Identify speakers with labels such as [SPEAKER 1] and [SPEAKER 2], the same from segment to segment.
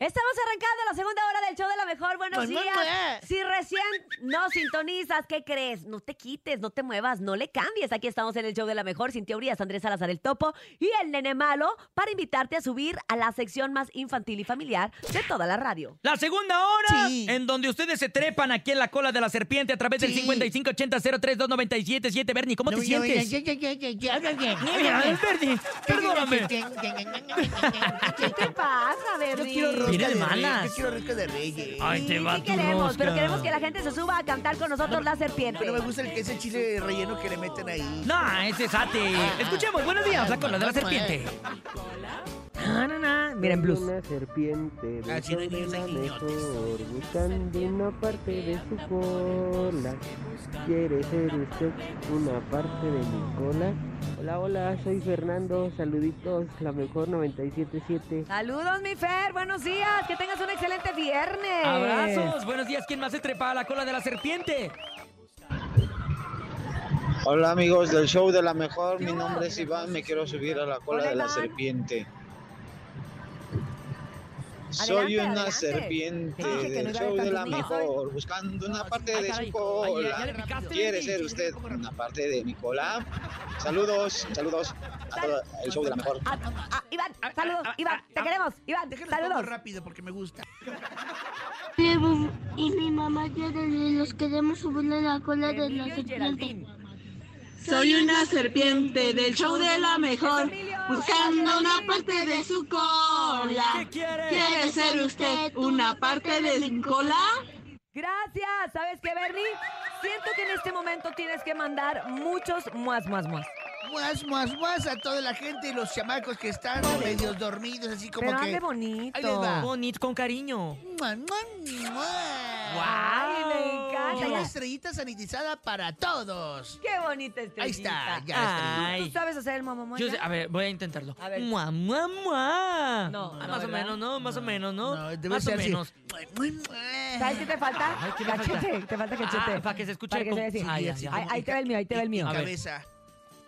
[SPEAKER 1] Estamos arrancando la segunda hora del show de la mejor. Buenos
[SPEAKER 2] Muy, muy,
[SPEAKER 1] días.
[SPEAKER 2] muy.
[SPEAKER 1] Si recién no sintonizas, ¿qué crees? No te quites, no te muevas, no le cambies. Aquí estamos en el show de la mejor. Sin teorías, Andrés Salazar el Topo y el Nene Malo para invitarte a subir a la sección más infantil y familiar de toda la radio.
[SPEAKER 3] La segunda hora,
[SPEAKER 2] Sí.
[SPEAKER 3] en donde ustedes se trepan aquí en la cola de la serpiente a través del
[SPEAKER 2] Sí.
[SPEAKER 3] 5580-032977. Bernie, ¿cómo te sientes? Bernie, perdóname.
[SPEAKER 1] ¿Qué te pasa,
[SPEAKER 2] Yo
[SPEAKER 1] Bernie?
[SPEAKER 2] quiero rosca
[SPEAKER 3] Viene de
[SPEAKER 2] de
[SPEAKER 3] malas.
[SPEAKER 2] reyes. Yo quiero rosca de reyes.
[SPEAKER 3] Ay, te
[SPEAKER 1] Sí,
[SPEAKER 3] va
[SPEAKER 1] sí
[SPEAKER 3] tu
[SPEAKER 1] queremos, pero
[SPEAKER 3] rosca.
[SPEAKER 1] queremos que la gente se suba a cantar con nosotros la serpiente.
[SPEAKER 2] Pero no me gusta el que ese chile relleno que le meten ahí.
[SPEAKER 3] No, ese es Ate. Escuchemos, buenos días, la cola de la serpiente.
[SPEAKER 1] Mira en blues.
[SPEAKER 4] Una serpiente
[SPEAKER 2] Ah,
[SPEAKER 4] de
[SPEAKER 2] sí, no hay niños, hay
[SPEAKER 4] la
[SPEAKER 2] niñotes.
[SPEAKER 4] mejor, buscando una parte de su cola. ¿Quiere ser usted una parte de mi cola? Hola, hola, soy Fernando. Saluditos, la mejor 977.
[SPEAKER 1] Saludos, mi Fer. Buenos días. Que tengas un excelente viernes.
[SPEAKER 3] Abrazos, buenos días. ¿Quién más se trepa a la cola de la serpiente?
[SPEAKER 5] Hola amigos del show de la mejor, mi nombre es Iván, me quiero subir a la cola
[SPEAKER 1] Hola,
[SPEAKER 5] de la
[SPEAKER 1] Iván.
[SPEAKER 5] serpiente. Soy
[SPEAKER 1] Adelante,
[SPEAKER 5] una
[SPEAKER 1] adelante.
[SPEAKER 5] serpiente
[SPEAKER 3] Te
[SPEAKER 1] dije que no
[SPEAKER 5] del
[SPEAKER 1] iba a
[SPEAKER 5] show
[SPEAKER 1] haber
[SPEAKER 5] de la
[SPEAKER 1] tantos niños.
[SPEAKER 5] mejor, buscando una parte
[SPEAKER 3] ay,
[SPEAKER 5] de
[SPEAKER 3] caray.
[SPEAKER 5] su
[SPEAKER 3] Ay, ya- ya le
[SPEAKER 5] cola.
[SPEAKER 3] picaste,
[SPEAKER 5] ¿Quiere
[SPEAKER 3] Benji.
[SPEAKER 5] ser usted una parte de mi cola? Saludos, saludos a todo el show de la mejor.
[SPEAKER 1] Ah, ah, Iván,
[SPEAKER 2] Ah,
[SPEAKER 1] saludos.
[SPEAKER 2] ah,
[SPEAKER 1] Iván,
[SPEAKER 2] ah,
[SPEAKER 1] te
[SPEAKER 2] ah,
[SPEAKER 1] queremos. Iván,
[SPEAKER 2] Déjalo
[SPEAKER 1] saludos.
[SPEAKER 2] rápido porque me gusta.
[SPEAKER 6] Y mi mamá Geraldine, los queremos subirle la cola de la
[SPEAKER 1] Emilio y
[SPEAKER 6] serpiente.
[SPEAKER 1] Geraldine.
[SPEAKER 7] Soy una serpiente del show de la mejor,
[SPEAKER 1] Emilio.
[SPEAKER 7] buscando una parte de su cola.
[SPEAKER 3] ¿Qué quiere?
[SPEAKER 7] ¿Quiere ser usted una parte de mi cola?
[SPEAKER 1] Gracias. ¿Sabes qué, Bernie? Siento que en este momento tienes que mandar muchos muas, muas, muas.
[SPEAKER 2] Muas, muas, muas a toda la gente y los chamacos que están medio dormidos, así como
[SPEAKER 1] Pero
[SPEAKER 2] que.
[SPEAKER 1] ande bonito.
[SPEAKER 2] Ahí les va.
[SPEAKER 3] Bonito, con cariño.
[SPEAKER 2] Mua, mua, mua.
[SPEAKER 1] Ay, me encanta.
[SPEAKER 2] Y una
[SPEAKER 1] Ya.
[SPEAKER 2] estrellita sanitizada para todos.
[SPEAKER 1] Qué bonita estrellita.
[SPEAKER 2] Ahí está, ya estrellita.
[SPEAKER 1] ¿Tú
[SPEAKER 3] Ay.
[SPEAKER 1] sabes hacer el mamamón?
[SPEAKER 3] Yo
[SPEAKER 1] ya?
[SPEAKER 3] sé- a ver, voy a intentarlo.
[SPEAKER 1] A ver.
[SPEAKER 3] Mua, mua,
[SPEAKER 1] No,
[SPEAKER 3] mua. Ah,
[SPEAKER 1] no,
[SPEAKER 3] más o
[SPEAKER 1] ¿verdad?
[SPEAKER 3] menos, ¿no? Más o menos, ¿no?
[SPEAKER 2] No, debe
[SPEAKER 3] más o
[SPEAKER 2] ser así.
[SPEAKER 3] menos.
[SPEAKER 2] Mua, mua, mua.
[SPEAKER 1] ¿Sabes qué te falta?
[SPEAKER 3] Ay, ¿qué me falta?
[SPEAKER 1] cachete. Te falta cachete.
[SPEAKER 3] Ah, para que se escuche
[SPEAKER 1] Para que
[SPEAKER 3] como-
[SPEAKER 1] se vea así.
[SPEAKER 3] Ay, ay, ay.
[SPEAKER 1] Ahí- ahí te va el mío, ahí te va el mío.
[SPEAKER 2] Y
[SPEAKER 3] A ver.
[SPEAKER 2] cabeza.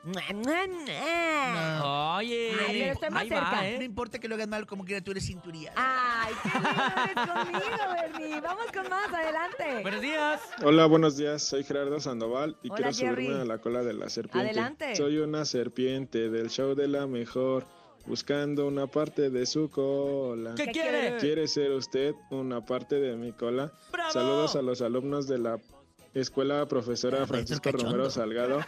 [SPEAKER 1] Mua, mua, mua.
[SPEAKER 2] No.
[SPEAKER 3] Oye.
[SPEAKER 1] Ay, pero estoy más
[SPEAKER 3] ahí va,
[SPEAKER 1] cerca.
[SPEAKER 3] ¿eh?
[SPEAKER 2] No importa que lo hagas mal, como quiera tú eres cinturía.
[SPEAKER 1] Ay, qué lindo eres conmigo, Bernie. Vamos con más, adelante.
[SPEAKER 3] Buenos días.
[SPEAKER 8] Hola, buenos días. Soy Gerardo Sandoval y
[SPEAKER 1] Hola,
[SPEAKER 8] quiero
[SPEAKER 1] Jerry.
[SPEAKER 8] subirme a la cola de la serpiente.
[SPEAKER 1] Adelante.
[SPEAKER 8] Soy una serpiente del show de la mejor, buscando una parte de su cola.
[SPEAKER 3] ¿Qué,
[SPEAKER 1] ¿Qué
[SPEAKER 3] quiere?
[SPEAKER 1] quiere?
[SPEAKER 8] ¿Quiere ser usted una parte de mi cola?
[SPEAKER 3] ¡Bravo!
[SPEAKER 8] Saludos a los alumnos de la escuela
[SPEAKER 2] Ah,
[SPEAKER 8] profesora
[SPEAKER 2] maestro
[SPEAKER 8] Francisco
[SPEAKER 2] cachondo.
[SPEAKER 8] Romero Salgado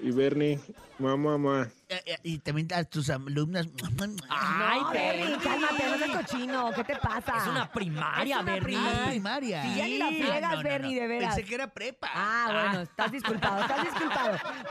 [SPEAKER 8] y Bernie. Mamá, mamá.
[SPEAKER 2] Eh, eh, Y también a tus alumnas. mua, mua, mua.
[SPEAKER 1] Ah.
[SPEAKER 3] Ay,
[SPEAKER 1] No, Bernie,
[SPEAKER 3] Bernie.
[SPEAKER 1] cálmate, no seas cochino. ¿Qué te pasa?
[SPEAKER 3] Es una primaria,
[SPEAKER 1] Es una
[SPEAKER 3] Bernie.
[SPEAKER 2] Ah,
[SPEAKER 1] primaria.
[SPEAKER 2] primaria.
[SPEAKER 1] Sí, ya ni la
[SPEAKER 2] Ah,
[SPEAKER 1] friegas, Bernie, de veras.
[SPEAKER 2] Pensé que era prepa.
[SPEAKER 1] Ah, bueno, estás disculpado, estás disculpado.